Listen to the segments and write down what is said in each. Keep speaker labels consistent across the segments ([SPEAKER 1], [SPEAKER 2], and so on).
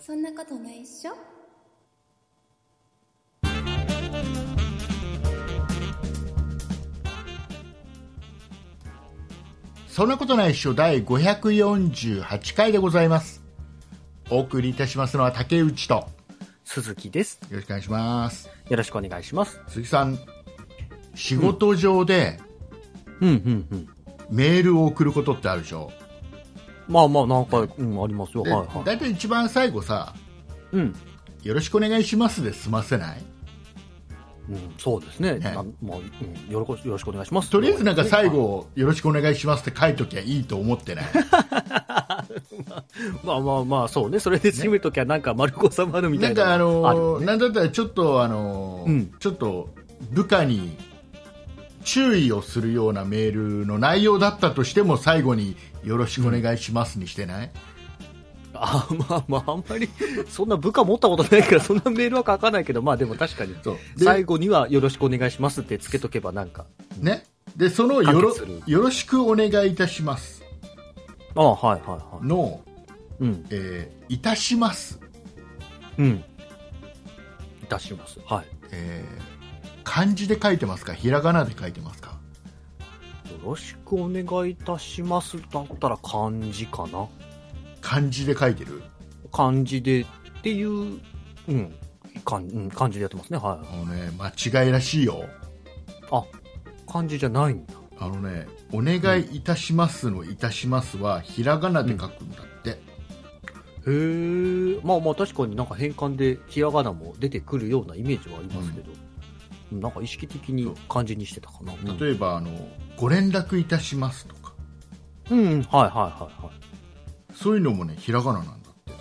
[SPEAKER 1] そんなことないっしょ
[SPEAKER 2] そんなことないっしょ第548回でございますお送りいたしますのは竹内とよ
[SPEAKER 3] 鈴木です。
[SPEAKER 2] ろしくお願いします
[SPEAKER 3] よろしくお願いします。
[SPEAKER 2] 鈴木さん仕事上で
[SPEAKER 3] うんうんうん。
[SPEAKER 2] メールを送ることってあるでしょ、
[SPEAKER 3] まあまあ、何回、うん、ありますよ。
[SPEAKER 2] で
[SPEAKER 3] はいは
[SPEAKER 2] だ
[SPEAKER 3] い。
[SPEAKER 2] いたい一番最後さ
[SPEAKER 3] うん。うん、
[SPEAKER 2] よろしくお願いしますで済ませない
[SPEAKER 3] そうですね。
[SPEAKER 2] ね
[SPEAKER 3] なもう、うん、よろこよろしくお願いします。
[SPEAKER 2] とりあえずなんか最
[SPEAKER 3] はい。
[SPEAKER 2] 後よろしくお願いしますって書いときゃいいと思ってない
[SPEAKER 3] まあまあまあ、そうね。それで締めときゃ、なんか丸子様のみた
[SPEAKER 2] ないん
[SPEAKER 3] な。
[SPEAKER 2] かあのー
[SPEAKER 3] るね
[SPEAKER 2] なんだったらちょっとあのー
[SPEAKER 3] うん
[SPEAKER 2] ちょっと部下に注意をするようなメールの内容だったとしても最後によろしくお願いしますにしてない、
[SPEAKER 3] あまあまあ、あんまり、そんな部下持ったことないから、そんなメールは書かないけど、まあでも確かに。
[SPEAKER 2] そうで
[SPEAKER 3] 最後には、よろしくお願いしますってつけとけば、なんか。
[SPEAKER 2] ねでそのよ
[SPEAKER 3] 完
[SPEAKER 2] ろ
[SPEAKER 3] 結する
[SPEAKER 2] よろしくお願いいたします
[SPEAKER 3] ああはいはいはい。
[SPEAKER 2] の、
[SPEAKER 3] うん。
[SPEAKER 2] えーいたします、
[SPEAKER 3] うん。いたします。はい。
[SPEAKER 2] えー漢字で書いてますかひらがなで書いてますか
[SPEAKER 3] よろしくお願いいたしますだったら漢字かな
[SPEAKER 2] 漢字で書いてる
[SPEAKER 3] 漢字でっていう、うん、漢うん漢字でやってますね。は
[SPEAKER 2] あのね間違いらしいよ
[SPEAKER 3] い。あ、漢字じゃないんだ。
[SPEAKER 2] あのね「お願いいたします」の「いたします」はひらがなで書くんだって、
[SPEAKER 3] へえ。まあまあ確かになんか変換でひらがなも出てくるようなイメージはありますけど、うんなんか意識的に漢字にしてたかな。うん
[SPEAKER 2] 例えばあの「ご連絡いたします」とか
[SPEAKER 3] うん、はいはいはいはい。
[SPEAKER 2] そういうのもねひらがななんだって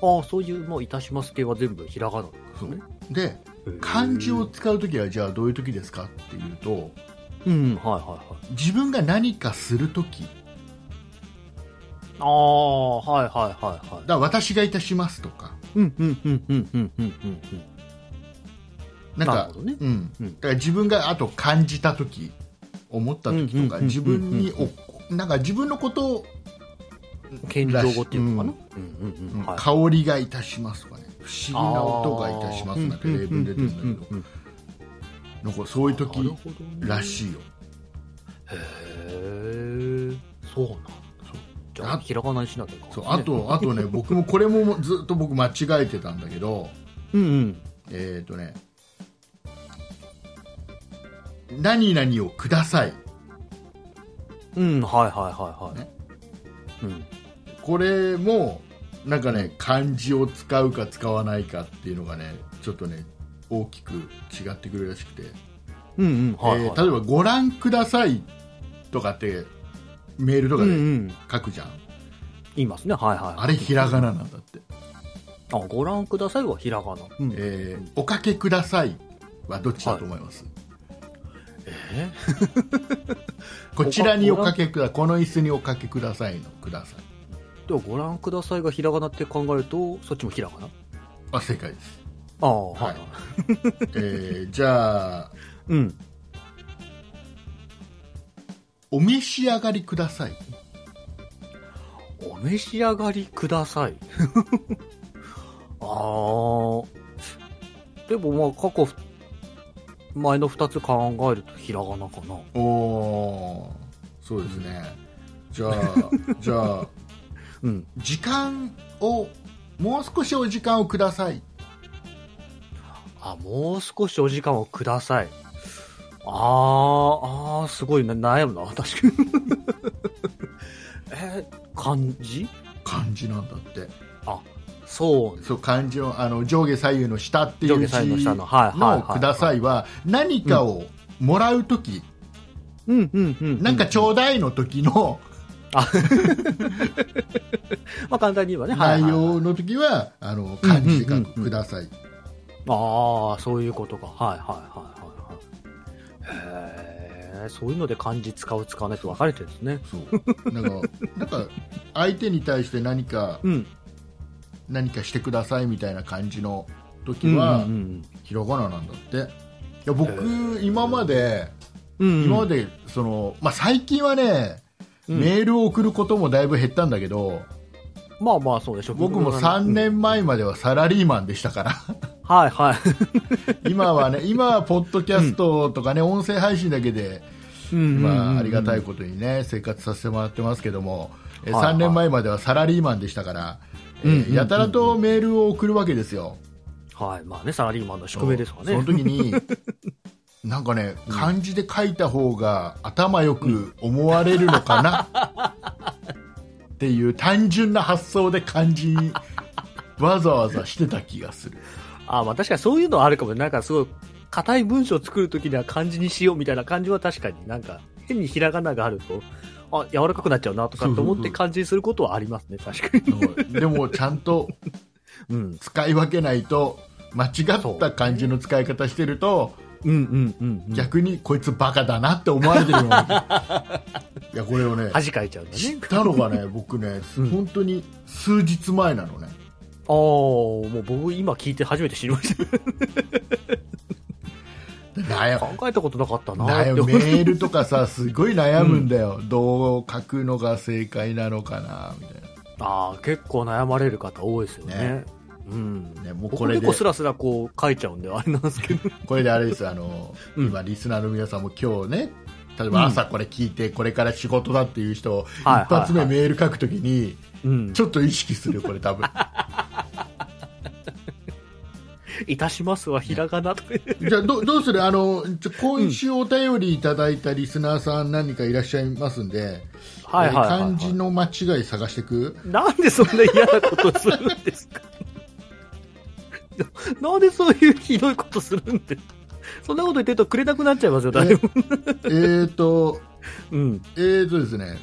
[SPEAKER 3] ああ、そういうもういたします系は全部ひらがな
[SPEAKER 2] そう
[SPEAKER 3] ね
[SPEAKER 2] で
[SPEAKER 3] へえ
[SPEAKER 2] 漢字を使う時はじゃあどういう時ですかっていうと
[SPEAKER 3] うん、はいはいはい。
[SPEAKER 2] 自分が何かする時
[SPEAKER 3] ああ、はいはいはい
[SPEAKER 2] だ。
[SPEAKER 3] はい
[SPEAKER 2] から私がいたしますとか
[SPEAKER 3] うんうんうんうんうんうんうんうん。
[SPEAKER 2] なんか
[SPEAKER 3] なるほどね
[SPEAKER 2] うん、
[SPEAKER 3] うん
[SPEAKER 2] だから自分があと感じた時思った時
[SPEAKER 3] うんうん
[SPEAKER 2] と
[SPEAKER 3] うんう
[SPEAKER 2] か
[SPEAKER 3] んうん
[SPEAKER 2] 自分におなんか自分のことを
[SPEAKER 3] 謙譲語っていうのかな。うんうんうん。はい
[SPEAKER 2] 香りがいたしますとかね不思議な音がいたしますなんて例文出てるんだけど
[SPEAKER 3] ど。
[SPEAKER 2] なんかそういう時
[SPEAKER 3] なるほどね
[SPEAKER 2] らしいよ
[SPEAKER 3] へえ、そうなんだ。じゃあ、
[SPEAKER 2] あ
[SPEAKER 3] ひらがなにしなきゃいけないです
[SPEAKER 2] そ
[SPEAKER 3] ね
[SPEAKER 2] うあ、とあとね 僕もこれもずっと僕間違えてたんだけど
[SPEAKER 3] うんうん。
[SPEAKER 2] えっ、とね何々をください
[SPEAKER 3] うん、はいはいはいは
[SPEAKER 2] ね
[SPEAKER 3] い。うん。
[SPEAKER 2] これもなんかね漢字を使うか使わないかっていうのがねちょっとね大きく違ってくるらしくて、
[SPEAKER 3] うんうん、はい
[SPEAKER 2] え
[SPEAKER 3] はい。
[SPEAKER 2] ー例えば「ご覧ください」とかってメールとか
[SPEAKER 3] うんう
[SPEAKER 2] で
[SPEAKER 3] ん。
[SPEAKER 2] 書くじゃん、
[SPEAKER 3] 言いますね、はいはい。
[SPEAKER 2] あれひらがななんだって、
[SPEAKER 3] あ、ご覧くださいはひらがな。うん
[SPEAKER 2] えーおかけください」はどっちだと思います、
[SPEAKER 3] え
[SPEAKER 2] こちらにおかけくだこの椅子におかけくださいの「ください
[SPEAKER 3] ーでは、ご覧くださいがひらがなって考えると、そっちもひらがな。」
[SPEAKER 2] あ正解 です、
[SPEAKER 3] ああ、はい
[SPEAKER 2] は。えーじゃあ
[SPEAKER 3] うん。
[SPEAKER 2] 「お召し上がりください
[SPEAKER 3] お召し上がりください。 あー。でもまあ過去、前の二つ考えるとひらがなかな。」
[SPEAKER 2] おおーそうですね、じゃ あじゃあ
[SPEAKER 3] うん。
[SPEAKER 2] 時間をもう少しお時間をください
[SPEAKER 3] あ、もう少しお時間をください。あー、あー、すごいな悩むな、確かに。 えー、漢字
[SPEAKER 2] 漢字なんだって
[SPEAKER 3] そうね。
[SPEAKER 2] そう漢字のあの上下左右の下ってい
[SPEAKER 3] 上
[SPEAKER 2] う
[SPEAKER 3] 下
[SPEAKER 2] 字
[SPEAKER 3] 左右の下のはいはいはい
[SPEAKER 2] のくださいは何かをもらう時、
[SPEAKER 3] うんうんうん。
[SPEAKER 2] なんかちょ
[SPEAKER 3] う
[SPEAKER 2] うだいの時の
[SPEAKER 3] ど。まあ簡単に言えばね、はい
[SPEAKER 2] 内
[SPEAKER 3] はいはい
[SPEAKER 2] 容の時はあの漢字で
[SPEAKER 3] う
[SPEAKER 2] 書
[SPEAKER 3] んうんうんう
[SPEAKER 2] く
[SPEAKER 3] ん
[SPEAKER 2] ください
[SPEAKER 3] ああ、そういうことか。はいはいはいはいはい。へえ、そういうので漢字使う使わないと分かれてるんですね。
[SPEAKER 2] そうなんかなんか相手に対して何か
[SPEAKER 3] うん。
[SPEAKER 2] 何かしてくださいみたいな感じの時は
[SPEAKER 3] うんうん
[SPEAKER 2] ひらがななんだっていや
[SPEAKER 3] へ
[SPEAKER 2] 僕
[SPEAKER 3] ー
[SPEAKER 2] 今まで
[SPEAKER 3] うん、うんうん。
[SPEAKER 2] 今までそのまあ最近はね
[SPEAKER 3] うん
[SPEAKER 2] メールを送ることもだいぶ減ったんだけど、
[SPEAKER 3] あまあまあそうでしょう。
[SPEAKER 2] 僕も3年前まではサラリーマンでした から
[SPEAKER 3] はい はい。
[SPEAKER 2] 今はね今はポッドキャストとかね、音声配信だけで、まあ、ありがた
[SPEAKER 3] い。
[SPEAKER 2] いことにね生活させてもらってますけども、え
[SPEAKER 3] はいはい
[SPEAKER 2] 3年前まではサラリーマンでしたから、え
[SPEAKER 3] うんうんうん
[SPEAKER 2] ーやたらとメールを送るわけですよ
[SPEAKER 3] はい。まあね、サラリーマンの宿命ですから
[SPEAKER 2] そ
[SPEAKER 3] ね
[SPEAKER 2] の。時 になんかね漢字で書いた方が頭よく思われるのか な、っていう単純な発想で漢字にわざわざしてた気が する
[SPEAKER 3] あまあ確かにそういうのはあるかもね。なんかすごい、硬い文章を作るときには漢字にしようみたいな感じは確かになんか、変にひらがながあると、あ、柔らかくなっちゃうなとかと思って漢字にすることはありますね、確かに。
[SPEAKER 2] でもちゃんと
[SPEAKER 3] うん。
[SPEAKER 2] 使い分けないと間違った漢字の使い方してると、
[SPEAKER 3] うんうんうん、うん。
[SPEAKER 2] 逆にこいつバカだなって思われてるの いやこれをね
[SPEAKER 3] 恥かいちゃうんだ
[SPEAKER 2] 知
[SPEAKER 3] ね
[SPEAKER 2] っ。たのが ね僕ね、
[SPEAKER 3] うん
[SPEAKER 2] 本当に数日前なのね
[SPEAKER 3] ああ、もう僕今聞いて初めて知り ました。
[SPEAKER 2] で悩
[SPEAKER 3] 考えたことなかったなって
[SPEAKER 2] 悩
[SPEAKER 3] 思
[SPEAKER 2] メ
[SPEAKER 3] う
[SPEAKER 2] ールとかさすごい悩むんだよ、どう書くのが正解なのかなみたい
[SPEAKER 3] ああ、結構悩まれる方多いですよね。
[SPEAKER 2] ね
[SPEAKER 3] うん。
[SPEAKER 2] な、ね、もうこ
[SPEAKER 3] 僕
[SPEAKER 2] れ
[SPEAKER 3] 結
[SPEAKER 2] で
[SPEAKER 3] 構スラスラこう書いちゃうんで、あれなんで すけど。
[SPEAKER 2] これであれですあの、
[SPEAKER 3] うん
[SPEAKER 2] 今リスナーの皆さんも今日ね例えば朝これ聞いてこれから仕事だっていう人を一
[SPEAKER 3] はい
[SPEAKER 2] 発目
[SPEAKER 3] はいは
[SPEAKER 2] メール書くときに
[SPEAKER 3] うん。
[SPEAKER 2] ちょっと意識するこれ多分
[SPEAKER 3] いたしますはひらがなとか。
[SPEAKER 2] じゃあどどうするあのちょ今週お便りいただいたリスナーさん何かいらっしゃいますんで、
[SPEAKER 3] はいはいはいはい
[SPEAKER 2] えー漢字の間違い探していく
[SPEAKER 3] なんでそんな嫌なことするんですか ななんでそういうひどいことするんですかそんなこと言ってるとくれなくなっちゃいますよ、誰も。
[SPEAKER 2] えーと
[SPEAKER 3] うん。
[SPEAKER 2] えーとですね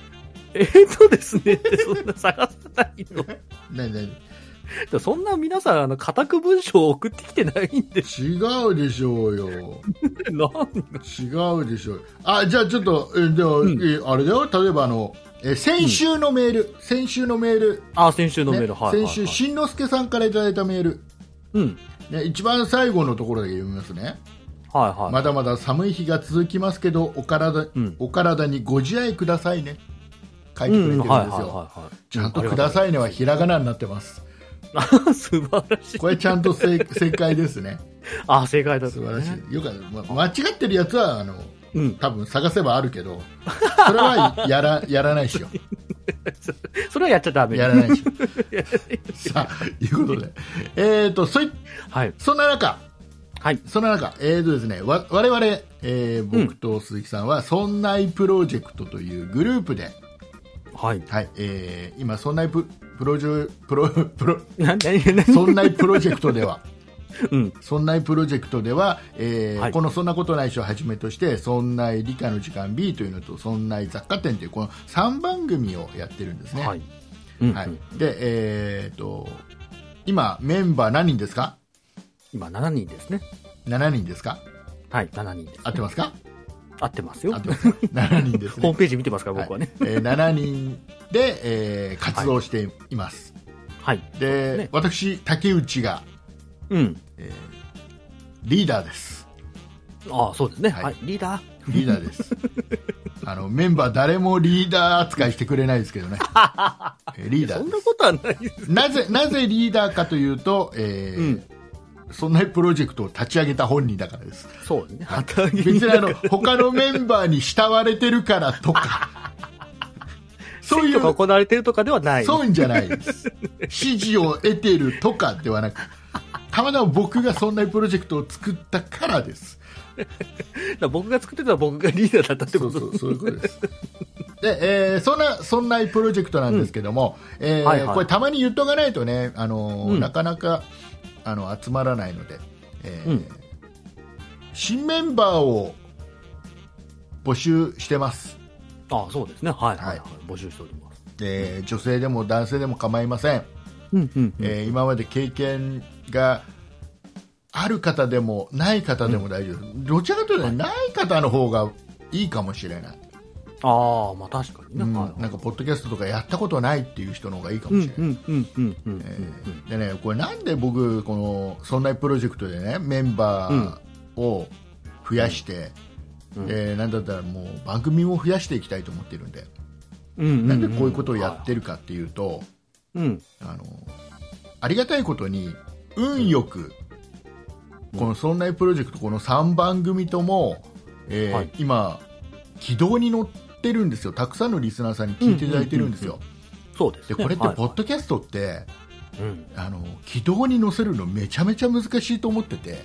[SPEAKER 3] えーとですねって、そんな探さないの。
[SPEAKER 2] 何何
[SPEAKER 3] でそんな皆さん、あの、固く文章を送ってきてないんで、
[SPEAKER 2] 違うでしょうよ
[SPEAKER 3] なん
[SPEAKER 2] 違うでしょあじゃあちょっとえでは、
[SPEAKER 3] うん
[SPEAKER 2] えあれだよ例えばあのえ先週のメール、先週のメール、
[SPEAKER 3] あ、先週のメール、
[SPEAKER 2] ね
[SPEAKER 3] はいはい、
[SPEAKER 2] 先
[SPEAKER 3] は
[SPEAKER 2] 週
[SPEAKER 3] い。
[SPEAKER 2] しんのすけさんからいただいたメール、
[SPEAKER 3] うん。
[SPEAKER 2] ね、一番最後のところだけ読みますね、
[SPEAKER 3] はいはい。
[SPEAKER 2] まだまだ寒い日が続きますけどお体、
[SPEAKER 3] うん
[SPEAKER 2] お体にご自愛くださいね書いて
[SPEAKER 3] う
[SPEAKER 2] くれてるん
[SPEAKER 3] ん、
[SPEAKER 2] ですよ、
[SPEAKER 3] はいはいはいはい。
[SPEAKER 2] ちゃんと「くださいね」はひらがなになってます
[SPEAKER 3] あ 素晴らしい。
[SPEAKER 2] これちゃんと 正正解ですね
[SPEAKER 3] あ、正解だった
[SPEAKER 2] 素
[SPEAKER 3] ね
[SPEAKER 2] 晴らし。いよかった、ま間違ってるやつはあの
[SPEAKER 3] うん。
[SPEAKER 2] 多分探せばあるけどそれはやらやらないでしょ
[SPEAKER 3] それはやっちゃダメ。
[SPEAKER 2] やらないでしょ さあいうことでえっ、とそい
[SPEAKER 3] はい。
[SPEAKER 2] そんな中
[SPEAKER 3] はい。
[SPEAKER 2] そんな中えっ、とですねわ我々、えー僕と鈴木さんは「そんないプロジェクト」というグループで、
[SPEAKER 3] はい。
[SPEAKER 2] はいえー今そんないププロジュプロプロ
[SPEAKER 3] な、なに、なに、
[SPEAKER 2] そんないプロジェクトでは
[SPEAKER 3] うん。
[SPEAKER 2] そんないプロジェクトでは、えー
[SPEAKER 3] はい
[SPEAKER 2] この「そんなことないし」をはじめとして「そんない理科の時間 B」というのと「そんない雑貨店」というこの3番組をやってるんですね、
[SPEAKER 3] はい。うん
[SPEAKER 2] は
[SPEAKER 3] う
[SPEAKER 2] い
[SPEAKER 3] ん、
[SPEAKER 2] でえー、と今メンバー何人ですか
[SPEAKER 3] 今、7人ですね。
[SPEAKER 2] 7人ですか
[SPEAKER 3] はい、7人です。
[SPEAKER 2] 合ってますか
[SPEAKER 3] 合ってます
[SPEAKER 2] 合
[SPEAKER 3] よ
[SPEAKER 2] っ。てますか7人です
[SPEAKER 3] ホー
[SPEAKER 2] ね
[SPEAKER 3] ムページ見てますから、僕はね。
[SPEAKER 2] いえー7人で、えー活動しています、
[SPEAKER 3] はい。
[SPEAKER 2] で
[SPEAKER 3] ね
[SPEAKER 2] 私竹内が
[SPEAKER 3] うん。
[SPEAKER 2] リーダーです
[SPEAKER 3] ああ、そうですね。
[SPEAKER 2] はい
[SPEAKER 3] はい。リーダー。
[SPEAKER 2] リーダーですあのメンバー誰もリーダー扱いしてくれないですけど ねえーリーダ
[SPEAKER 3] そ
[SPEAKER 2] ー
[SPEAKER 3] ん
[SPEAKER 2] で
[SPEAKER 3] な
[SPEAKER 2] す
[SPEAKER 3] ことはないです。
[SPEAKER 2] なぜなぜリーダーかというと、えー
[SPEAKER 3] うん
[SPEAKER 2] そんなプロジェクトを立ち上げた本人だからです
[SPEAKER 3] そうですね。旗揚
[SPEAKER 2] 別
[SPEAKER 3] げ。
[SPEAKER 2] にあ の他のメンバーに慕われてるからとか そうい
[SPEAKER 3] 選挙が
[SPEAKER 2] う
[SPEAKER 3] 行われてるとかではない。
[SPEAKER 2] そういうんじゃないです支持を得てるとかではなくたまたま僕がそんなプロジェクトを作ったからです
[SPEAKER 3] だから僕が作ってたら僕がリーダーだったって
[SPEAKER 2] そ
[SPEAKER 3] こ
[SPEAKER 2] うそ
[SPEAKER 3] と
[SPEAKER 2] うそういうこと ですで、えーそんなそんなプロジェクトなんですけども、えー
[SPEAKER 3] はいはい
[SPEAKER 2] これたまに言っとかないとね、あのー
[SPEAKER 3] うん
[SPEAKER 2] なかなかあの集まらないので、えー
[SPEAKER 3] うん
[SPEAKER 2] 新メンバーを募集してます
[SPEAKER 3] ああ、そうですね。はい。はい。
[SPEAKER 2] は
[SPEAKER 3] はい募集しております。
[SPEAKER 2] えー女性でも男性でも構いません、
[SPEAKER 3] うんうん。
[SPEAKER 2] えー今まで経験がある方でもない方でも大丈夫、どちらかというとね、ない方の方がいいかもしれない、
[SPEAKER 3] ああ、まあ確かにね。
[SPEAKER 2] うん
[SPEAKER 3] はいはい
[SPEAKER 2] なんかポッドキャストとかやったことないっていう人の方がいいか
[SPEAKER 3] う
[SPEAKER 2] も
[SPEAKER 3] ん
[SPEAKER 2] しれない、
[SPEAKER 3] うんうんうんうん
[SPEAKER 2] えーでねこれなんで僕この「そんなプロジェクト」でねメンバーを増やして、
[SPEAKER 3] うん
[SPEAKER 2] えーなんだったらもう番組も増やしていきたいと思ってるんで、
[SPEAKER 3] うん。
[SPEAKER 2] なんでこういうことをやってるかっていうと、
[SPEAKER 3] うん。
[SPEAKER 2] あのありがたいことに運よく、
[SPEAKER 3] うん
[SPEAKER 2] この「そんないプロジェクト」この3番組とも、えー
[SPEAKER 3] はい
[SPEAKER 2] 今軌道に乗ってるんですよたくさんのリスナーさんに聞いていただいてるんですよ、
[SPEAKER 3] そうです、ね。
[SPEAKER 2] でこれって
[SPEAKER 3] はい
[SPEAKER 2] ポッドキャストって
[SPEAKER 3] うん。
[SPEAKER 2] あの軌道に乗せるのめちゃめちゃ難しいと思ってて、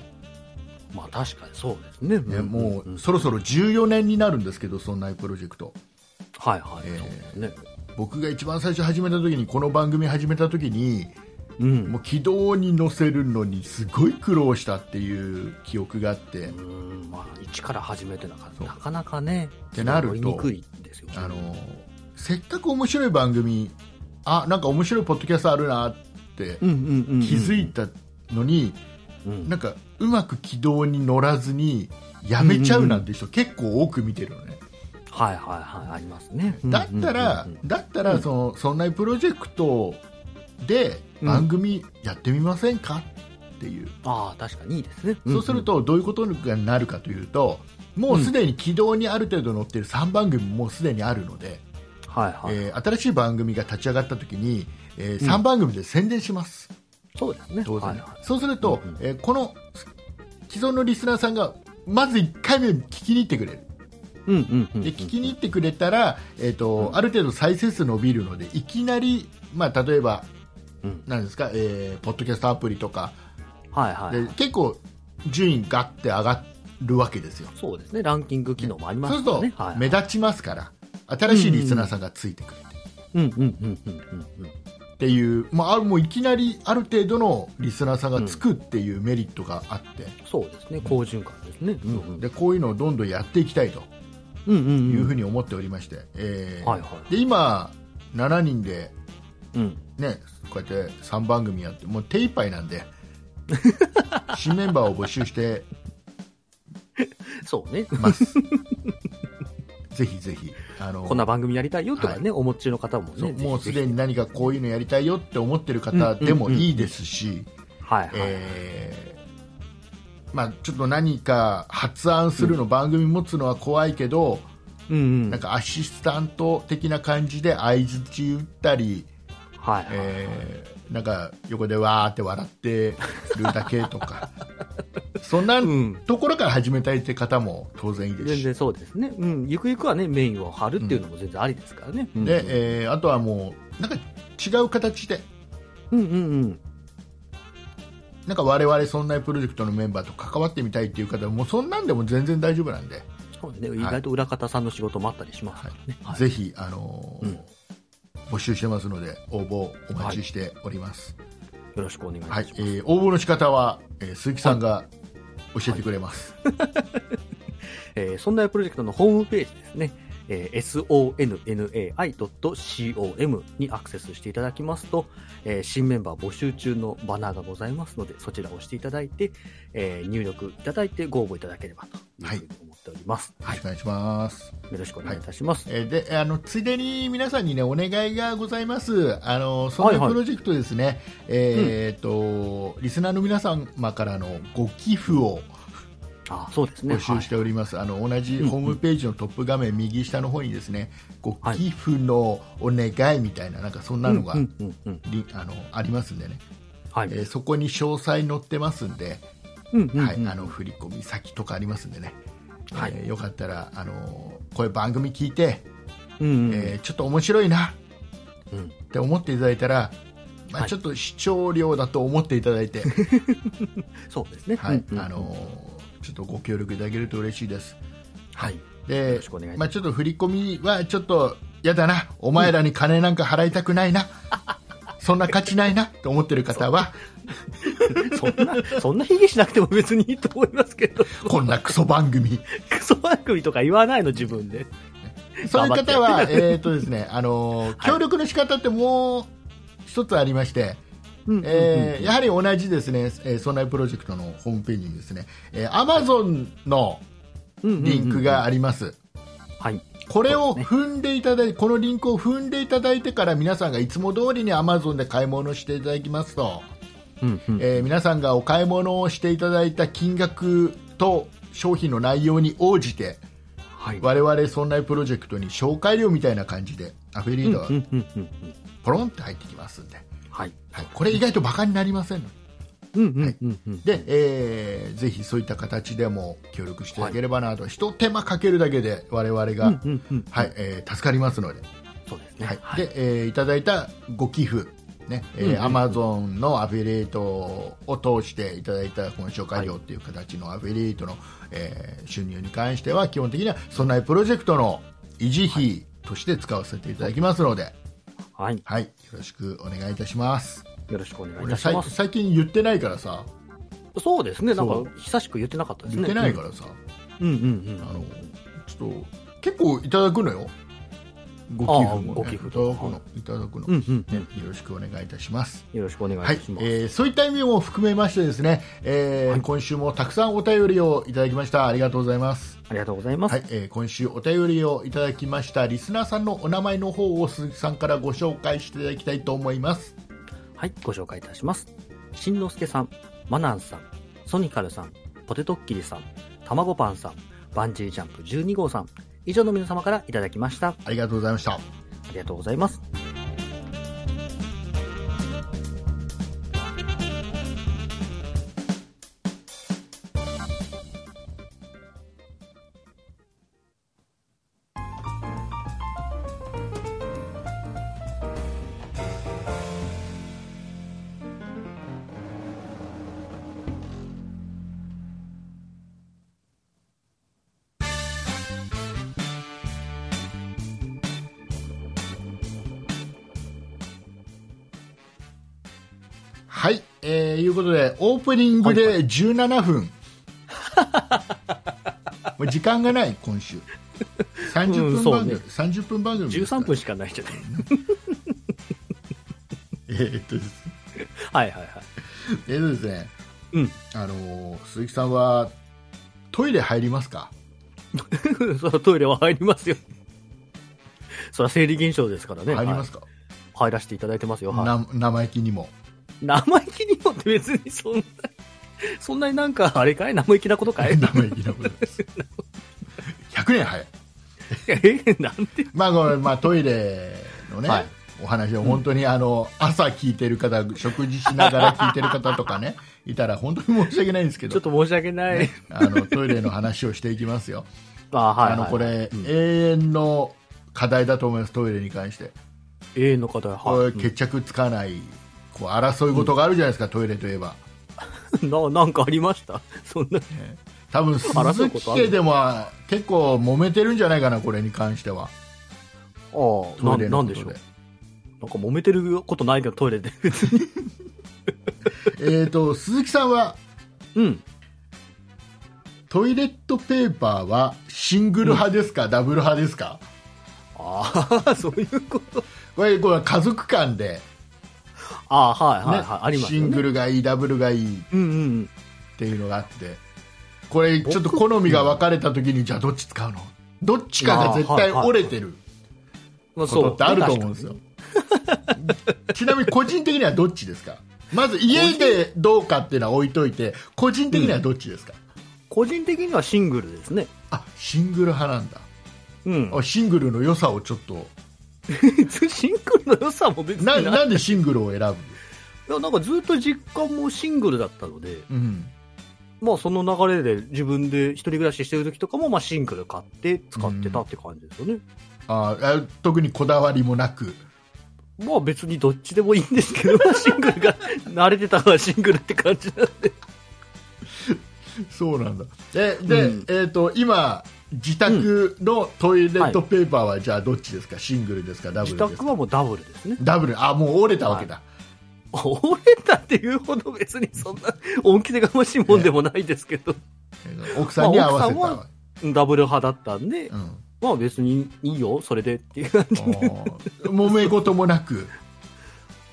[SPEAKER 3] まあ確かにそうですね。
[SPEAKER 2] ね
[SPEAKER 3] ん
[SPEAKER 2] も
[SPEAKER 3] ん
[SPEAKER 2] うそろそろ14年になるんですけど「そんないプロジェクト」
[SPEAKER 3] はいはい、
[SPEAKER 2] えー
[SPEAKER 3] そうですね。
[SPEAKER 2] 僕が一番最初始めた時にこの番組始めた時に
[SPEAKER 3] うん。
[SPEAKER 2] もう軌道に乗せるのにすごい苦労したっていう記憶があって
[SPEAKER 3] うんまあ、一から始めてなか
[SPEAKER 2] そう
[SPEAKER 3] なかなかね、
[SPEAKER 2] ってなると
[SPEAKER 3] 乗りにくいですよね。
[SPEAKER 2] あのせっかく面白い番組あなんか面白いポッドキャストあるなって
[SPEAKER 3] うんうんうんうん、
[SPEAKER 2] 気づいたのに、
[SPEAKER 3] うん
[SPEAKER 2] なんかうまく軌道に乗らずにやめちゃうなんて人結構多く見てるのね、
[SPEAKER 3] はいはいはい、ありますね。
[SPEAKER 2] だったら、
[SPEAKER 3] うんうんうんうん
[SPEAKER 2] だったらそのそんなプロジェクトで
[SPEAKER 3] うん
[SPEAKER 2] 番組やってみませんかっていう、
[SPEAKER 3] ああ、確かにいいですね。
[SPEAKER 2] そうするとどういうことになるかというともうすでに軌道にある程度乗ってる3番組もうすでにあるので、
[SPEAKER 3] うん、はいはい、
[SPEAKER 2] えー新しい番組が立ち上がった時に、え
[SPEAKER 3] うん
[SPEAKER 2] 3番組で宣伝します、
[SPEAKER 3] そうですね。
[SPEAKER 2] 当然、
[SPEAKER 3] はいはい
[SPEAKER 2] そうすると、
[SPEAKER 3] うんうん
[SPEAKER 2] えーこの既存のリスナーさんがまず1回目聞きに行ってくれる
[SPEAKER 3] うんうんうんうん。
[SPEAKER 2] で聞きに行ってくれたら、えーと
[SPEAKER 3] うん
[SPEAKER 2] ある程度再生数伸びるのでいきなり、まあ、例えば
[SPEAKER 3] うん、
[SPEAKER 2] なんですか、えーポッドキャストアプリとか
[SPEAKER 3] はいはい
[SPEAKER 2] で
[SPEAKER 3] はい。
[SPEAKER 2] 結構順位がって上がるわけですよ
[SPEAKER 3] そうですね。ランキング機能もありま
[SPEAKER 2] そう
[SPEAKER 3] す
[SPEAKER 2] す
[SPEAKER 3] から
[SPEAKER 2] る
[SPEAKER 3] ね。
[SPEAKER 2] と
[SPEAKER 3] はい
[SPEAKER 2] 目立ちますから新しいリスナーさんがついてくれて、
[SPEAKER 3] うんうんうんうんうんうん。
[SPEAKER 2] っていう、まあ、あもういきなりある程度のリスナーさんがつくっていうメリットがあって、
[SPEAKER 3] そうですね。好循環ですね。うんうん。
[SPEAKER 2] でこういうのをどんどんやっていきたいと
[SPEAKER 3] うんうんうん。
[SPEAKER 2] いうふうに思っておりまして、えー
[SPEAKER 3] はいはい
[SPEAKER 2] で今7人で
[SPEAKER 3] うん。
[SPEAKER 2] ねこうやって3番組やってもう手一杯なん で新メンバーを募集して
[SPEAKER 3] そうね。
[SPEAKER 2] ますぜひぜひあの
[SPEAKER 3] こんな番組やりたいよとかね、お持ちの方も
[SPEAKER 2] そう
[SPEAKER 3] ね。
[SPEAKER 2] もうす
[SPEAKER 3] ぜ
[SPEAKER 2] で
[SPEAKER 3] ひぜ
[SPEAKER 2] に何かこういうのやりたいよって思ってる方でもいいですし、
[SPEAKER 3] ひ。はいはい。
[SPEAKER 2] えーまあ、ちょっと何か発案するの、番組持つのは怖いけど、
[SPEAKER 3] うんうん。
[SPEAKER 2] なんかアシスタント的な感じで相づち打ったり、
[SPEAKER 3] はいはい。
[SPEAKER 2] えーなんか横でわーって笑ってるだけと かそんな
[SPEAKER 3] うん
[SPEAKER 2] ところから始めたいって方も当然いいです
[SPEAKER 3] 全
[SPEAKER 2] し。
[SPEAKER 3] 然そうですね。うん。ゆくゆくはね、メインを張るっていうのも全然ありですからね。うんうん
[SPEAKER 2] でえーあとはもうなんか違う形で
[SPEAKER 3] うんうんうん。
[SPEAKER 2] なんか我々そんなプロジェクトのメンバーと関わってみたいっていう方ももうそんなんでも全然大丈夫なんで、
[SPEAKER 3] そうね。意外と裏方さんの仕事もあったりしますからね。はい
[SPEAKER 2] ぜひ、あのー
[SPEAKER 3] うん
[SPEAKER 2] 募集してますので応募お待ちしております、
[SPEAKER 3] よろしくお願いし
[SPEAKER 2] は
[SPEAKER 3] ま
[SPEAKER 2] い
[SPEAKER 3] す。
[SPEAKER 2] えー応募の仕方は、えー鈴木さんが教えてくれます、
[SPEAKER 3] えー、そんなプロジェクトのホームページですね、えー sonnai.com にアクセスしていただきますと、えー新メンバー募集中のバナーがございますので、そちらを押していただいて、えー入力いただいてご応募いただければというふうに思っております。
[SPEAKER 2] よろしくお願いします、
[SPEAKER 3] よろしくお願いいたします。
[SPEAKER 2] えーであのついでに皆さんにねお願いがございますあのそん
[SPEAKER 3] はい
[SPEAKER 2] な
[SPEAKER 3] はい
[SPEAKER 2] プロジェクトですね、えーとリスナーの皆様からのご寄付を
[SPEAKER 3] あそうですね。
[SPEAKER 2] 募集しております、あの同じホームページのトップ画面右下の方にですね、ご寄付のお願いみたいななんかそんなのが、
[SPEAKER 3] うんうんうんうん
[SPEAKER 2] りあのありますんでね、
[SPEAKER 3] はい。
[SPEAKER 2] えーそこに詳細載ってますんで、
[SPEAKER 3] うんうんうん
[SPEAKER 2] はい、あの振り込み先とかありますんでね、
[SPEAKER 3] はい
[SPEAKER 2] えーよかったらあのーこういう番組聞いて、
[SPEAKER 3] うんうんうん
[SPEAKER 2] えーちょっと面白いな
[SPEAKER 3] うん
[SPEAKER 2] って思っていただいたら、ま
[SPEAKER 3] は
[SPEAKER 2] あ、
[SPEAKER 3] い
[SPEAKER 2] ちょっと視聴量だと思っていただ いて、
[SPEAKER 3] そうですね。
[SPEAKER 2] はい
[SPEAKER 3] うんうん
[SPEAKER 2] あのーちょっとご協力いただけると嬉しいです。
[SPEAKER 3] はい。 よ
[SPEAKER 2] で
[SPEAKER 3] ろしくお願いします
[SPEAKER 2] まあ、ちょっと振り込みはちょっとやだなお前らに金なんか払いたくない な、そんな価値ないなと思ってる方は
[SPEAKER 3] そんな、そんな卑下しなくても別にいいと思いますけど、
[SPEAKER 2] こんなクソ番組
[SPEAKER 3] クソ番組とか言わないの、自分で。
[SPEAKER 2] そういう方は、
[SPEAKER 3] 頑張って
[SPEAKER 2] えーとですね、あのー
[SPEAKER 3] はい
[SPEAKER 2] 協力の仕方ってもう一つありまして、
[SPEAKER 3] うんうんうん
[SPEAKER 2] えーやはり同じですね、えー、そんなプロジェクトのホームページにですね、えー、Amazon のリンクがあります。
[SPEAKER 3] はい。
[SPEAKER 2] これを
[SPEAKER 3] そうで
[SPEAKER 2] 踏んでいただいて、このリンクを踏んでいただいてから皆さんがいつも通りに Amazon で買い物していただきますと、
[SPEAKER 3] うんうん
[SPEAKER 2] えー皆さんがお買い物をしていただいた金額と商品の内容に応じて、
[SPEAKER 3] はい。
[SPEAKER 2] 我々そんなプロジェクトに紹介料みたいな感じでアフィリエイトは
[SPEAKER 3] うんうんうんうん
[SPEAKER 2] ポロンって入ってきますんで、
[SPEAKER 3] はい。
[SPEAKER 2] はい、これ意外とバカになりませんので
[SPEAKER 3] うんうんうんうん。
[SPEAKER 2] で、えーぜひそういった形でも協力していただければなと、ひと手間かけるだけで我々が、
[SPEAKER 3] うんうんうん。
[SPEAKER 2] はいえー助かりますので,、
[SPEAKER 3] そうですね。
[SPEAKER 2] はいでえーいただいたご寄付ね
[SPEAKER 3] うん
[SPEAKER 2] え
[SPEAKER 3] うん
[SPEAKER 2] ー Amazon のアフィリエイトを通していただいたこの紹介料っていう形のアフィリエイトの、えー収入に関しては基本的には備えプロジェクトの維持費として使わせていただきますので、
[SPEAKER 3] はい。
[SPEAKER 2] はい、よろしくお願いいたします。
[SPEAKER 3] よろしくお願いい
[SPEAKER 2] 俺
[SPEAKER 3] たし
[SPEAKER 2] さい
[SPEAKER 3] ます。
[SPEAKER 2] 最近言ってないからさ
[SPEAKER 3] そうですね。なん
[SPEAKER 2] そ
[SPEAKER 3] か、久しく言ってなかったです
[SPEAKER 2] 言
[SPEAKER 3] ね。
[SPEAKER 2] ってないからさ、
[SPEAKER 3] うんうんうん
[SPEAKER 2] あのちょっと結構いただくのよご寄付も、ね、
[SPEAKER 3] あご寄付
[SPEAKER 2] いただく
[SPEAKER 3] は
[SPEAKER 2] のいただくの、
[SPEAKER 3] うん。うんうんう
[SPEAKER 2] ね
[SPEAKER 3] ん。
[SPEAKER 2] よろしくお願いいたします
[SPEAKER 3] よろしくお願いい
[SPEAKER 2] は
[SPEAKER 3] た
[SPEAKER 2] い
[SPEAKER 3] し、ます。
[SPEAKER 2] えーそういった意味も含めましてですね、えー
[SPEAKER 3] はい
[SPEAKER 2] 今週もたくさんお便りをいただきましたありがとうございます
[SPEAKER 3] ありがとうございます。
[SPEAKER 2] はい、えー今週お便りをいただきましたリスナーさんのお名前の方を鈴木さんからご紹介していただきたいと思います
[SPEAKER 3] はい、ご紹介いたします。しんのすけさん、マナンさん、ソニカルさん、ポテトッキリさん、たまごパンさん、バンジージャンプ12号さん、以上の皆様からいただきました。あ
[SPEAKER 2] ありがとうございました
[SPEAKER 3] りがとうございます。
[SPEAKER 2] はい、えー、いうことでオープニング
[SPEAKER 3] はいは
[SPEAKER 2] で17分、 もう時間がない今週30
[SPEAKER 3] うん
[SPEAKER 2] 分
[SPEAKER 3] そう
[SPEAKER 2] 番組、
[SPEAKER 3] ね
[SPEAKER 2] 30分番組ですから
[SPEAKER 3] 13分しかないじゃない。
[SPEAKER 2] えーっとですね
[SPEAKER 3] はいはいはい。
[SPEAKER 2] えーっとですね
[SPEAKER 3] うん。
[SPEAKER 2] あのー鈴木さんはトイレ入りますか
[SPEAKER 3] そらトイレは入りますよ。そら生理現象ですからね。
[SPEAKER 2] 入りますか、
[SPEAKER 3] はい入らせていただいてますよ。はい
[SPEAKER 2] な生意気に も
[SPEAKER 3] 生意気にもって別にそんな、そんなになんかあれかい生意気なこ とかい
[SPEAKER 2] 生意気なことです100年早い
[SPEAKER 3] えなんで
[SPEAKER 2] まあこれまあトイレのね、
[SPEAKER 3] はい
[SPEAKER 2] お話を本当にあの、朝聞いてる方食事しながら聞いてる方とかねいたら本当に申し訳ないんですけ
[SPEAKER 3] ちょ
[SPEAKER 2] ど
[SPEAKER 3] っと申し訳ない。
[SPEAKER 2] ねあのトイレの話をしていきますよ、
[SPEAKER 3] あ、はい、はい。
[SPEAKER 2] あのこれ、
[SPEAKER 3] うん
[SPEAKER 2] 永遠の課題だと思います、トイレに関して、
[SPEAKER 3] 永遠の課題、
[SPEAKER 2] こ
[SPEAKER 3] は
[SPEAKER 2] れ
[SPEAKER 3] い。
[SPEAKER 2] 決着つかない、こう争い事があるじゃないですか、トイレといえば、
[SPEAKER 3] ななんかありましたそんな。
[SPEAKER 2] 多分
[SPEAKER 3] 争
[SPEAKER 2] 鈴
[SPEAKER 3] うこと
[SPEAKER 2] 木
[SPEAKER 3] ある
[SPEAKER 2] 家でも結構揉めてるんじゃないかな、これに関しては、
[SPEAKER 3] あ
[SPEAKER 2] ト
[SPEAKER 3] あ、
[SPEAKER 2] イレ
[SPEAKER 3] な
[SPEAKER 2] のこ
[SPEAKER 3] なん
[SPEAKER 2] と
[SPEAKER 3] で
[SPEAKER 2] で
[SPEAKER 3] しょう。なんか揉めてることないけど、トイレで。
[SPEAKER 2] えー、と鈴木さんは
[SPEAKER 3] うん。
[SPEAKER 2] トイレットペーパーはシングル派ですか、ダブル派ですか、
[SPEAKER 3] ああ、 そういうこと。
[SPEAKER 2] これ、これは家族間で、ね
[SPEAKER 3] ああ、はいはいはい。あります
[SPEAKER 2] シ
[SPEAKER 3] よ
[SPEAKER 2] ン
[SPEAKER 3] ね。
[SPEAKER 2] グルがいい、ダブルがいい。
[SPEAKER 3] うんうんうん。
[SPEAKER 2] っていうのがあってこれちょっと好みが分かれた時にじゃあどっち使うのどっちかが絶対折れてる
[SPEAKER 3] まあ
[SPEAKER 2] ことってあると思うんですよ。 ちなみに個人的にはどっちですかまず家でどうかっていうのは置いといて個人的にはどっちですか、
[SPEAKER 3] 個人的にはシングルですね。
[SPEAKER 2] あシングル派なんだ
[SPEAKER 3] うん。
[SPEAKER 2] あシングルの良さをちょっと
[SPEAKER 3] シングルの良さも別にな。
[SPEAKER 2] ない
[SPEAKER 3] い
[SPEAKER 2] なんでシングルを選ぶ、
[SPEAKER 3] や、なんかずっと実家もシングルだったので、
[SPEAKER 2] うん、
[SPEAKER 3] まあその流れで自分で一人暮らししてる時とかも、まあシングル買って使ってたって感じですよね。
[SPEAKER 2] ああ特にこだわりもなく
[SPEAKER 3] まあ別にどっちでもいいんですけど、 シングルが、慣れてたからシングルって感じなんで。
[SPEAKER 2] そうなんだえで、
[SPEAKER 3] うん
[SPEAKER 2] えー、と今自宅のトイレットペーパーはじゃあどっちですか、シングルですかダブ
[SPEAKER 3] 自
[SPEAKER 2] ルです
[SPEAKER 3] 宅
[SPEAKER 2] か
[SPEAKER 3] はもうダブルですね。
[SPEAKER 2] ダブルあもう折れたわけだ、
[SPEAKER 3] 折れたっていうほど別にそんな恩気でがましいもんでもないですけど、
[SPEAKER 2] えー奥さんに合わせた
[SPEAKER 3] まあ
[SPEAKER 2] わ、
[SPEAKER 3] ダブル派だったんで、
[SPEAKER 2] うん、
[SPEAKER 3] まあ別にいいよ、それでっていう感じ。
[SPEAKER 2] あー 揉め事もなく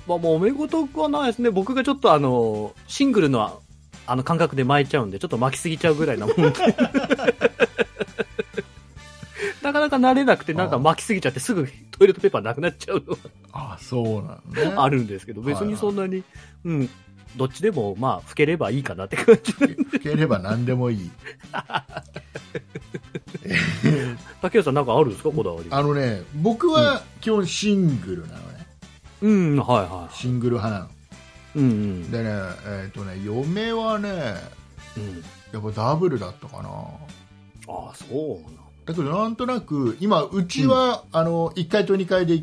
[SPEAKER 3] まあもうおめ事はないですね。僕がちょっとあの、シングルのあの感覚で巻いちゃうんで、ちょっと巻きすぎちゃうぐらいなもんで。 なかなか慣れなくて、なんか巻きすぎちゃってすぐトイ レットペーパーなくなっちゃうの
[SPEAKER 2] あそうなんだ、ね、
[SPEAKER 3] あるんですけど、別にそんなに、うん、どっちでも、まあ、老ければいいかなって感じ。
[SPEAKER 2] 老ければ何でもいい
[SPEAKER 3] 竹内さん、なんかあるんですか、こだわり。
[SPEAKER 2] あのね僕は基本シングルなのね
[SPEAKER 3] うん、はいは。
[SPEAKER 2] シングル派ない
[SPEAKER 3] うん、うん
[SPEAKER 2] のでねえっ、とね嫁はね
[SPEAKER 3] うん。
[SPEAKER 2] やっぱダブルだったかな
[SPEAKER 3] ああ、そうなん
[SPEAKER 2] だけどなんとなく今うちは、あの1階と2階で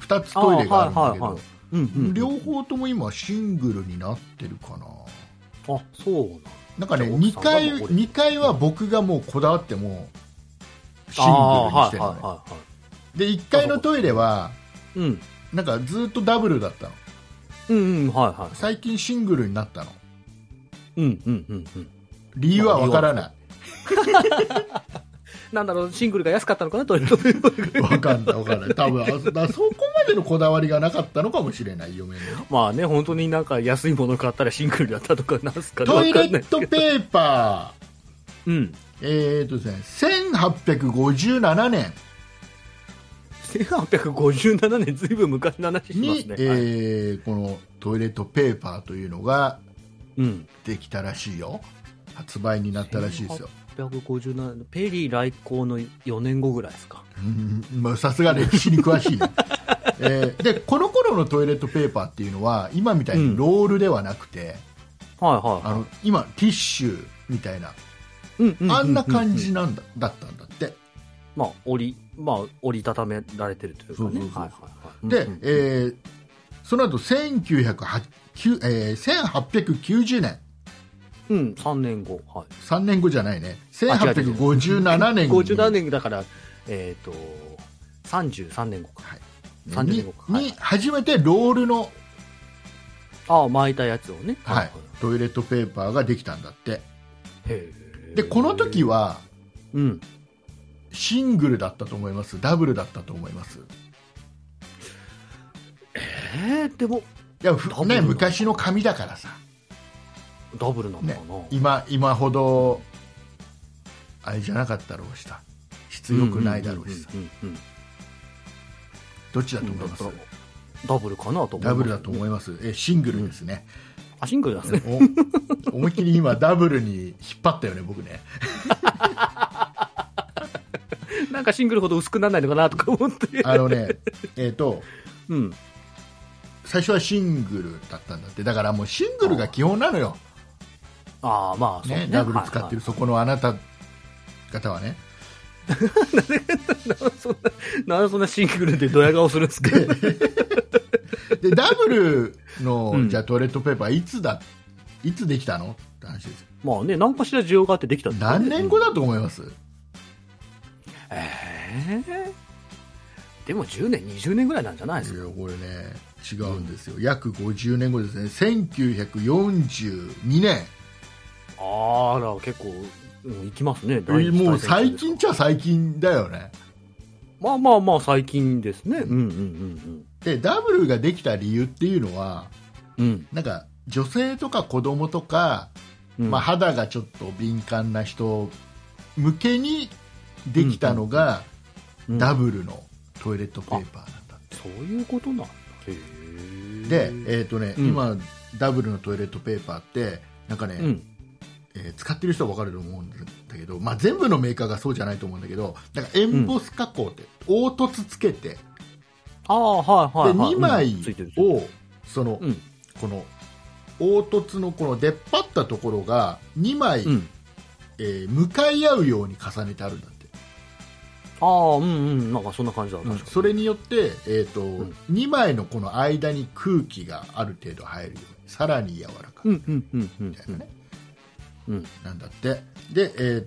[SPEAKER 2] 2つトイレがあるんだけど、
[SPEAKER 3] あーはいはいはいうん、うん。
[SPEAKER 2] 両方とも今シングルになってるかな
[SPEAKER 3] あ、そうなん
[SPEAKER 2] なんかね
[SPEAKER 3] じゃあ奥
[SPEAKER 2] 2
[SPEAKER 3] さんが
[SPEAKER 2] 階
[SPEAKER 3] もうこれ
[SPEAKER 2] 二階は僕がもうこだわってもうシングルにし
[SPEAKER 3] あー
[SPEAKER 2] てる
[SPEAKER 3] は
[SPEAKER 2] の
[SPEAKER 3] い
[SPEAKER 2] ね、
[SPEAKER 3] はいは
[SPEAKER 2] で1階のトイレは
[SPEAKER 3] い。うん。
[SPEAKER 2] なんかずっとダブルだったの
[SPEAKER 3] うんうん、はいは
[SPEAKER 2] 最近シングルになったの
[SPEAKER 3] い。うんうんうんうん。
[SPEAKER 2] 理由はわからない
[SPEAKER 3] なんだろう、シングルが安かったのかな、トイレットペーパー
[SPEAKER 2] わかんないわかんない多分あ そだからそこまでのこだわりがなかったのかもしれない嫁の
[SPEAKER 3] まあね、本当になんか安いもの買ったらシングルだったとか、なんすかね、
[SPEAKER 2] トイレ
[SPEAKER 3] わかんない
[SPEAKER 2] ットペーパー
[SPEAKER 3] うん。
[SPEAKER 2] えーとですね、1857年
[SPEAKER 3] 1857年、ずいぶん昔の話しま
[SPEAKER 2] に、
[SPEAKER 3] すね。
[SPEAKER 2] え
[SPEAKER 3] はい
[SPEAKER 2] ーこのトイレットペーパーというのが
[SPEAKER 3] うん。
[SPEAKER 2] できたらしいよ発売になったらしいですよ
[SPEAKER 3] 1857年、ペリー来航の4年後ぐらいですか。
[SPEAKER 2] うんまあさす が歴史に詳しいね、えーでこの頃のトイレットペーパーっていうのは今みたいにロールではなくて、
[SPEAKER 3] はいはい。
[SPEAKER 2] あの今ティッシュみたいな
[SPEAKER 3] うんうう
[SPEAKER 2] あんな感
[SPEAKER 3] うんう
[SPEAKER 2] じ
[SPEAKER 3] ん
[SPEAKER 2] なんだ,、だったんだって
[SPEAKER 3] まあ、折り、まあ、折りたためられてるというか
[SPEAKER 2] そう
[SPEAKER 3] ね。
[SPEAKER 2] そうそう
[SPEAKER 3] はいはいはい。
[SPEAKER 2] で、
[SPEAKER 3] うんうん
[SPEAKER 2] えーその後1908、えー1890年
[SPEAKER 3] うん、3年後。はい。
[SPEAKER 2] 3年後じゃないね
[SPEAKER 3] あ違う違う
[SPEAKER 2] 1857年に
[SPEAKER 3] 57年だから、えっ、と、33年後か。30年後か
[SPEAKER 2] に
[SPEAKER 3] はい
[SPEAKER 2] に初めてロールの、
[SPEAKER 3] ああ、巻いたやつをね。
[SPEAKER 2] はい、トイレットペーパーができたんだって
[SPEAKER 3] へえ
[SPEAKER 2] でこの時、は
[SPEAKER 3] うん。
[SPEAKER 2] シングルだったと思いますダブルだったと思います
[SPEAKER 3] えー、でも、
[SPEAKER 2] いや
[SPEAKER 3] ダブ
[SPEAKER 2] ふ、
[SPEAKER 3] ルな
[SPEAKER 2] ね、
[SPEAKER 3] の
[SPEAKER 2] 昔の紙だからさ
[SPEAKER 3] ダブルなのかな、
[SPEAKER 2] 今今ほどあれじゃなかったろうしさ必要くないだろうしさ
[SPEAKER 3] うんうんうん
[SPEAKER 2] どっちだ
[SPEAKER 3] うん
[SPEAKER 2] と思
[SPEAKER 3] うん
[SPEAKER 2] います
[SPEAKER 3] だったらダブルかなと思
[SPEAKER 2] ダブルだと
[SPEAKER 3] う。
[SPEAKER 2] 思いますえシングルですね、
[SPEAKER 3] あ、シングルな んですね。
[SPEAKER 2] お思いっきり今ダブルに引っ張ったよね僕ね
[SPEAKER 3] なんかシングルほど薄くならないのかなとか思って。
[SPEAKER 2] あのねえっと
[SPEAKER 3] うん。
[SPEAKER 2] 最初はシングルだったんだってだからもうシングルが基本なのよ、
[SPEAKER 3] ああ、まあ、そう
[SPEAKER 2] ね
[SPEAKER 3] ね。
[SPEAKER 2] ダブル使ってるそこのあなた方はね
[SPEAKER 3] はいはい。そんな、なんでそんなシングルでドヤ顔するんですか
[SPEAKER 2] でダブルの、
[SPEAKER 3] うん
[SPEAKER 2] じゃあトイレットペーパーいつだいつできたのって話ですよ
[SPEAKER 3] まあね、何かしら需要があってできたんですよね
[SPEAKER 2] 何年後だと思います、
[SPEAKER 3] ええでも10年20年ぐらいなんじゃないです
[SPEAKER 2] い
[SPEAKER 3] か、
[SPEAKER 2] やこれね違うんですよ、約50年後ですね1942年
[SPEAKER 3] あら結構、うん、いきますね第一次
[SPEAKER 2] もう
[SPEAKER 3] 大
[SPEAKER 2] 最
[SPEAKER 3] 戦ですか
[SPEAKER 2] 近っちゃ最近だよね
[SPEAKER 3] まあまあまあ最近ですねうんうん
[SPEAKER 2] でダブルができた理由っていうのは
[SPEAKER 3] うんうん
[SPEAKER 2] なんか女性とか子供とか、
[SPEAKER 3] うん
[SPEAKER 2] まあ、肌がちょっと敏感な人向けにできたのが、
[SPEAKER 3] うん
[SPEAKER 2] ダブルのトイレットペーパーなんだって、
[SPEAKER 3] そういうことなんだへ
[SPEAKER 2] で
[SPEAKER 3] え
[SPEAKER 2] えっ、とね、
[SPEAKER 3] うん
[SPEAKER 2] 今ダブルのトイレットペーパーってなんかね、
[SPEAKER 3] うん
[SPEAKER 2] えー使ってる人は分かると思うんだけど、まあ、全部のメーカーがそうじゃないと思うんだけどなんかエンボス加工って凹凸つけて、
[SPEAKER 3] ああはいはい、
[SPEAKER 2] で
[SPEAKER 3] はい、
[SPEAKER 2] 2枚
[SPEAKER 3] うんついてるついてる
[SPEAKER 2] をその、
[SPEAKER 3] うん
[SPEAKER 2] この凹凸のこの出っ張ったところが2枚、
[SPEAKER 3] うん
[SPEAKER 2] えー向かい合うように重ねてあるんだって、
[SPEAKER 3] ああうんうんなんかそんな感じだ、確かに
[SPEAKER 2] それによって、えーと
[SPEAKER 3] ん
[SPEAKER 2] 2枚のこの間に空気がある程度入るようにさらに柔らかく
[SPEAKER 3] うんうんうんうん
[SPEAKER 2] みたいなね、
[SPEAKER 3] うん
[SPEAKER 2] なんだってで,、えー、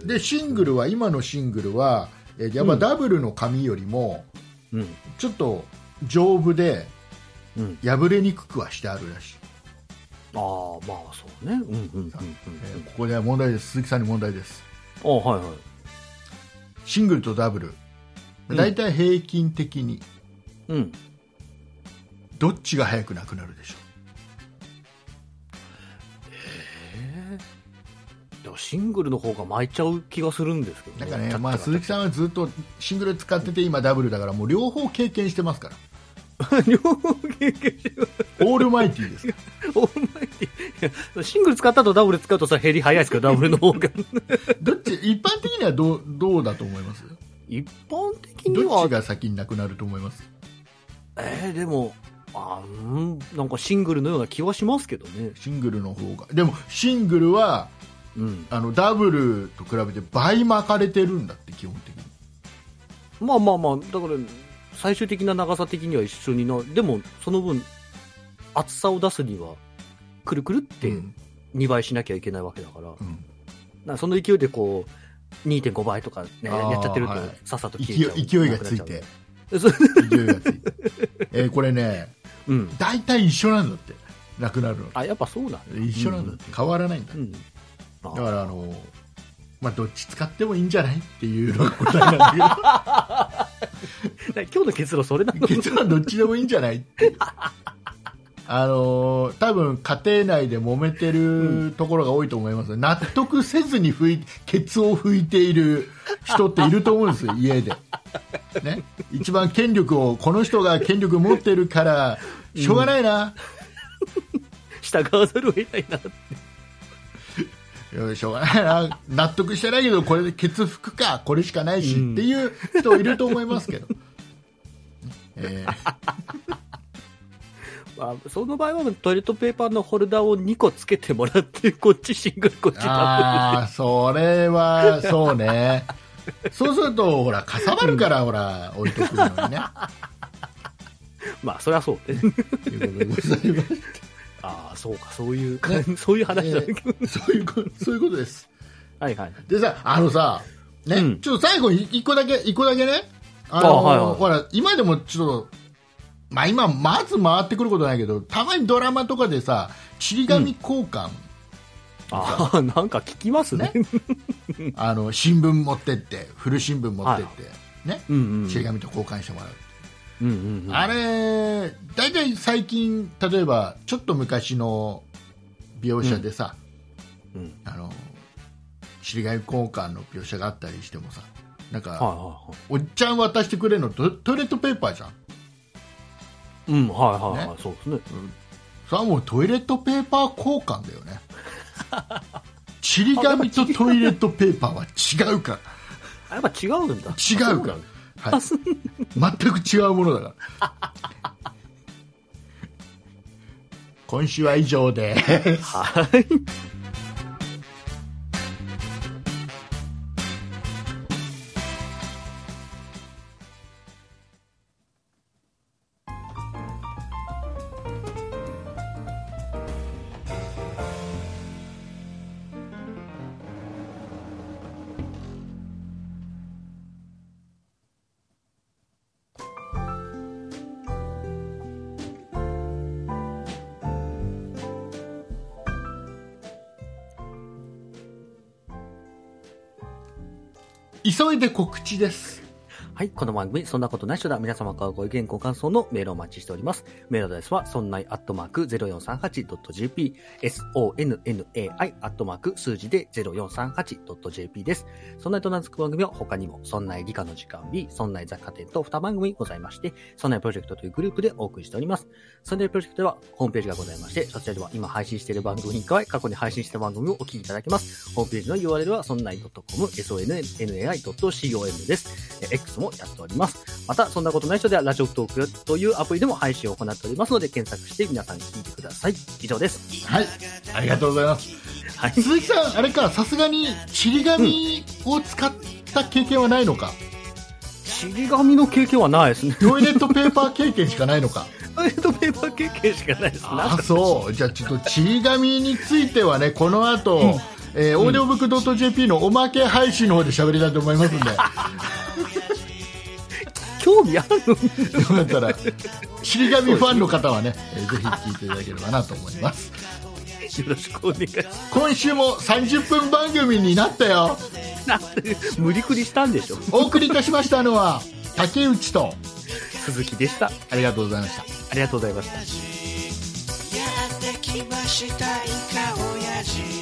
[SPEAKER 2] とでシングルは今のシングルは、えーやっぱ
[SPEAKER 3] うん
[SPEAKER 2] ダブルの紙よりも
[SPEAKER 3] うん
[SPEAKER 2] ちょっと丈夫で
[SPEAKER 3] うん
[SPEAKER 2] 破れにくくはしてあるらしい、
[SPEAKER 3] ああまあそうねうんうんうんうん、うん、
[SPEAKER 2] えーここで問題です鈴木さんに問題です
[SPEAKER 3] ああはいはい
[SPEAKER 2] シングルとダブル
[SPEAKER 3] うん
[SPEAKER 2] 大体平均的に
[SPEAKER 3] うん
[SPEAKER 2] どっちが早くなくなるでしょ
[SPEAKER 3] えーでもシングルの方が巻いちゃう気がするんですけど
[SPEAKER 2] うだからね、
[SPEAKER 3] ちゃっちゃ
[SPEAKER 2] まあ、鈴木さんはずっとシングル使ってて今ダブルだからもう両方経験してますから
[SPEAKER 3] 両経験者
[SPEAKER 2] オールマイティーですか
[SPEAKER 3] オーマイティ シングル使ったとダブル使うとさ減り早いですけどダブルの方が
[SPEAKER 2] どっち一般的にはどうどうだと思います
[SPEAKER 3] 一般的に
[SPEAKER 2] どっ
[SPEAKER 3] は
[SPEAKER 2] ちが先になくなると思います
[SPEAKER 3] えー、でもあんなんかシングルのような気はしますけどね
[SPEAKER 2] シングルの方がでもシングルは
[SPEAKER 3] うん
[SPEAKER 2] あのダブルと比べて倍巻かれてるんだって基本的に
[SPEAKER 3] まあまあまあだから最終的な長さ的には一緒になでもその分厚さを出すにはくるくるって
[SPEAKER 2] うん
[SPEAKER 3] 2倍しなきゃいけないわけだから、
[SPEAKER 2] うん
[SPEAKER 3] なんかその勢いでこう2.5倍とか、ね、
[SPEAKER 2] あー
[SPEAKER 3] やっちゃってると、
[SPEAKER 2] はい
[SPEAKER 3] さっさと
[SPEAKER 2] 勢
[SPEAKER 3] 消えちゃう
[SPEAKER 2] い勢いがついて
[SPEAKER 3] なくなっちゃう
[SPEAKER 2] 勢いがついて、えーこれね
[SPEAKER 3] うん
[SPEAKER 2] 大体一緒なんだってなくなるの
[SPEAKER 3] あやっぱそうなんだ
[SPEAKER 2] 一緒なんだって、変わらないんだ
[SPEAKER 3] うんあ
[SPEAKER 2] だからあのまあどっち使ってもいいんじゃないっていうのが答えなんだ
[SPEAKER 3] 今日の結論それな
[SPEAKER 2] け
[SPEAKER 3] の
[SPEAKER 2] ど結論どっちでもいいんじゃない っていうあの多分家庭内で揉めてるところが多いと思います、納得せずに拭いケツを拭いている人っていると思うん ですよ家で、ね、一番権力をこの人が権力持ってるからしょうがないな、
[SPEAKER 3] 従わざるを得ないなって
[SPEAKER 2] よいしょうがないな納得してないけどこれでケツ拭くかこれしかないし、
[SPEAKER 3] うん
[SPEAKER 2] っていう人いると思いますけ ど、えー
[SPEAKER 3] まあ、その場合はトイレットペーパーのホルダーを2個つけてもらってこっちシングルこっちダ
[SPEAKER 2] ああそれはそうね そうするとほらかさばるから、ほら置いとくのにね
[SPEAKER 3] ブルまあそりゃそうね
[SPEAKER 2] ということでございまし
[SPEAKER 3] ああそうかそういう感じ、そういう話なんだけど、
[SPEAKER 2] てそういうこそういうことです
[SPEAKER 3] はいはい
[SPEAKER 2] でさあのさね、
[SPEAKER 3] うん
[SPEAKER 2] ちょっと最後に一個だけ一個だけねあ
[SPEAKER 3] あ
[SPEAKER 2] の
[SPEAKER 3] はいはい
[SPEAKER 2] ほら今でもちょっとまあ今まず回ってくることないけどたまにドラマとかでさちり紙交換、
[SPEAKER 3] ああなんか聞きますね
[SPEAKER 2] あの新聞持ってって古新聞持ってって、ね
[SPEAKER 3] うんうん
[SPEAKER 2] ちり紙と交換してもらう、
[SPEAKER 3] うんうんうん
[SPEAKER 2] あれ大体最近例えばちょっと昔の美容者でさ、
[SPEAKER 3] うん
[SPEAKER 2] あのちり紙交換の描写があったりしてもさなんか、
[SPEAKER 3] はいはいは
[SPEAKER 2] おっちゃん渡してくれるのトトイレットペーパーじゃん
[SPEAKER 3] いうんはいはいはい、
[SPEAKER 2] ね
[SPEAKER 3] そうですね
[SPEAKER 2] それはもうトイレットペーパー交換だよ ねちり紙とトイレットペーパーは違うから
[SPEAKER 3] あやっぱ違うんだ
[SPEAKER 2] 違
[SPEAKER 3] あそうな
[SPEAKER 2] か
[SPEAKER 3] んだ
[SPEAKER 2] ら、はい、全く違うものだから 今週は以上です
[SPEAKER 3] はい
[SPEAKER 2] 急いで告知です
[SPEAKER 3] はい、この番組、そんなことない人だ。皆様からご意見、ご感想のメールをお待ちしております。メールアドレスは、そんないアットマーク 0438.jp、sonnai アットマーク数字で 0438.jp です。そんないと名付く番組は他にも、そんない理科の時間 B、そんない雑貨店と2番組ございまして、そんないプロジェクトというグループでお送りしております。そんないプロジェクトでは、ホームページがございまして、そちらでは今配信している番組に加え、過去に配信した番組をお聞きいただけます。ホームページの URL は、そんない .com、sonnai.com です。えー X もやっております。また、そんなことない人では、ラジオトークというアプリでも配信を行っておりますので、検索して皆さん聞いてください。以上です。
[SPEAKER 2] はいありがとうございます
[SPEAKER 3] はい。
[SPEAKER 2] 鈴木さんあれかさすがにちり紙を使った経験はないのか、
[SPEAKER 3] ちり紙の経験はないですね。
[SPEAKER 2] トイレットペーパー経験しかないの か
[SPEAKER 3] トイレットペーパー経験しかないです。
[SPEAKER 2] あそうじゃあちょっとちり紙についてはねこの後、えーオーディオブックドット JP のおまけ配信の方で喋りたいと思います んでよか
[SPEAKER 3] 興味あるの
[SPEAKER 2] ったらちり紙ファンの方はね、えーぜひ聞いていただければなと思います
[SPEAKER 3] よろしくお願いしま
[SPEAKER 2] 今週も30分番組になったよ
[SPEAKER 3] す。なんで無理くりしたんでしょ。
[SPEAKER 2] お送りいたしましたのは竹内と
[SPEAKER 3] 鈴木でした。
[SPEAKER 2] ありがとうございました
[SPEAKER 3] ありがとうございました。
[SPEAKER 1] やってきましたイカオヤジ